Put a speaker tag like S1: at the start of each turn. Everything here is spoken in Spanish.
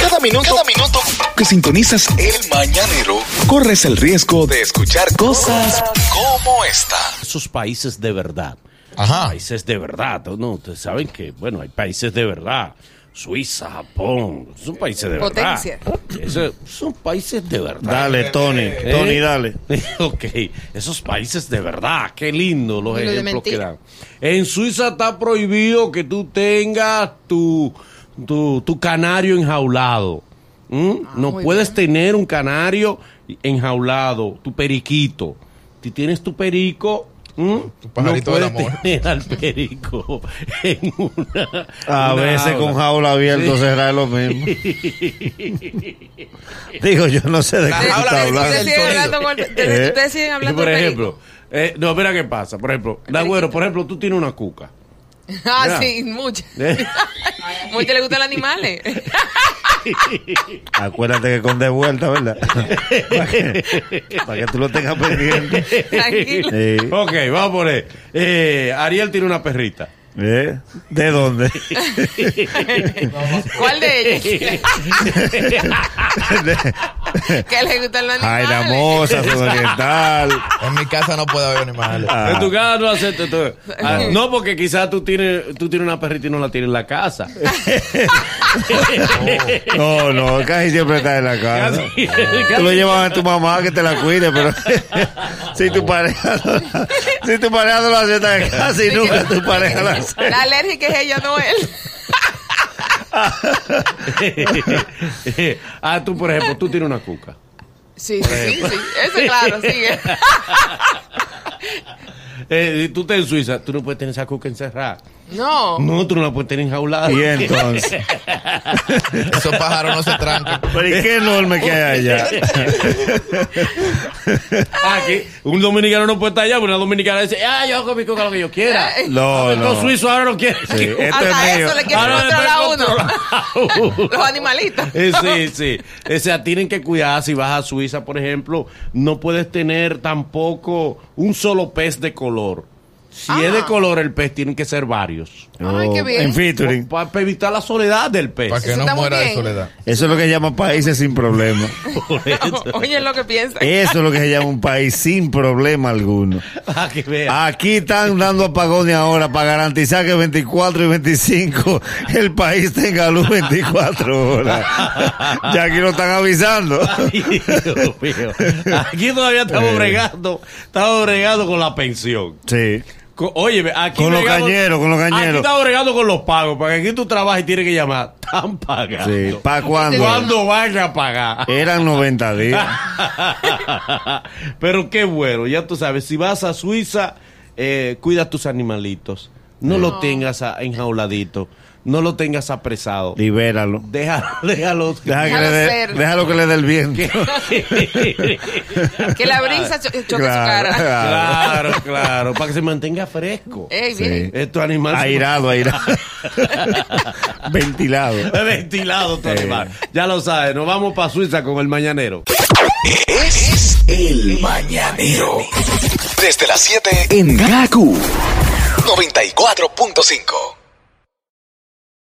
S1: Cada minuto, cada minuto que sintonizas el mañanero, corres el riesgo de escuchar cosas como esta.
S2: Esos países de verdad.
S3: Ajá.
S2: Países de verdad, ¿no? Ustedes saben que, bueno, hay países de verdad. Suiza, Japón, son países de
S4: Potencia.
S2: verdad. Eso- son países de verdad.
S5: Dale, Tony.
S2: ¿Eh?
S5: Tony, dale.
S2: ok, esos países de verdad, qué lindo los
S4: Y lo de
S2: ejemplos que
S4: mentira.
S2: dan. En Suiza está prohibido que tú tengas tu, tu, tu canario enjaulado. ¿Mm? no
S4: Ah, muy
S2: puedes tener un canario enjaulado, tu periquito. Si tienes tu perico, ¿mm? no
S3: pajarito del
S2: puedes
S3: amor.
S2: tener al perico en una.
S5: A
S2: una
S5: veces
S2: jaula.
S5: con jaula abierta será lo mismo. Digo, yo Ah, no sé de qué tú
S3: jaula
S5: estás
S3: de-
S5: hablando.
S4: Ustedes siguen hablando con el-
S5: ¿Eh?
S4: ustedes siguen
S2: Y
S4: hablando
S2: por
S4: del
S2: ejemplo, eh, no, mira qué pasa. Por ejemplo, Dagüero, por ejemplo, tú tienes una cuca.
S4: perico. Ah,
S2: Mira.
S4: sí, mucho.
S2: ¿eh?
S4: Mucho le gustan los animales.
S5: Acuérdate que con de vuelta, ¿verdad? Para que, para que tú lo tengas pendiente.
S4: Tranquilo.
S5: Sí.
S2: Ok, vamos a poner. Eh, Ariel tiene una perrita.
S5: ¿Eh? ¿De dónde?
S4: ¿Cuál de ellos? ¿Qué le gustan los
S5: Ay,
S4: animales?
S5: la moza, sudoriental.
S3: En mi casa no puede haber animales.
S5: Ah.
S2: En tu casa no acepta todo. Ah, no. porque quizás tú tienes, tú tienes una perrita y no la tienes en la casa.
S5: No, no, casi siempre estás en la casa.
S2: Casi-
S5: Tú lo llevas a tu mamá que te la cuide, pero si
S2: Oh.
S5: tu pareja no, la- si tu pareja no la acepta en casa y nunca tu pareja la acepta.
S4: La alérgica es ella, no él.
S2: ah, tú, por ejemplo, tú tienes una cuca.
S4: Sí, sí, sí, sí. Eso claro, sigue.
S2: Eh, tú estás en Suiza, tú no puedes tener esa cuca encerrada.
S4: No.
S2: No, tú no la puedes tener enjaulada.
S5: Y entonces,
S3: Esos pájaros no se trancan.
S5: pero ¿y qué enorme que hay allá?
S2: Ah, que un dominicano no puede estar allá, pero una dominicana dice, ah, yo hago mi cuca lo que yo quiera.
S5: No,
S2: Los
S5: no.
S2: suizos ahora no quieren.
S5: Sí, esto
S4: Hasta
S5: Este es mío. Ah,
S4: eso le quieren
S2: Ahora
S4: controlar a uno.
S2: después controla.
S4: Los animalitos.
S2: Eh, Sí, sí. O sea, tienen que cuidar. Si vas a Suiza, por ejemplo, no puedes tener tampoco un solo pez de color. Si es
S5: Ah.
S2: de color el pez, tienen que ser varios.
S4: Ay, qué bien.
S5: En featuring.
S2: Para evitar la soledad del
S3: Para
S2: pez.
S3: que
S4: Eso
S3: no
S4: está muy
S3: muera de
S4: bien.
S3: soledad.
S5: Eso es lo que llaman países sin problema.
S4: Oye, lo que piensa.
S5: Eso es lo que se llama un país sin problema alguno.
S2: Para que vean.
S5: Aquí están dando apagones ahora para garantizar que 24 y 25 el país tenga luz 24 horas. Ya aquí lo están avisando.
S2: Ay, Dios mío. Aquí todavía estamos
S5: Eh.
S2: bregando. Estamos bregando con la pensión.
S5: Sí.
S2: Co- Oye, aquí
S5: Con los
S2: bregamos-
S5: cañeros, con los
S2: Aquí
S5: cañeros.
S2: estamos bregando con los pagos. Para que aquí tú trabajas y tienes que llamar. Están pagando.
S5: Sí. ¿Para cuándo?
S2: ¿Cuándo van a pagar?
S5: Eran 90 días.
S2: Pero qué bueno, ya tú sabes, si vas a Suiza, eh, cuida tus animalitos. No lo tengas a- enjauladito, no lo tengas apresado.
S5: Libéralo.
S2: Déjalo, déjalo.
S5: Deja que
S4: Déjalo
S5: le dé,
S4: ser.
S5: déjalo que le dé el viento.
S4: Que la brisa cho- choque
S5: Claro,
S4: su cara.
S5: claro.
S2: claro, claro, para que se mantenga fresco.
S4: Ey,
S5: Sí.
S4: bien.
S2: Eh, tu animal se-
S5: Airado, airado. Ventilado.
S2: ventilado tu animal. Ya lo sabes, nos vamos para Suiza con el mañanero.
S1: Es el mañanero. Desde las 7 en Gaku 94.5.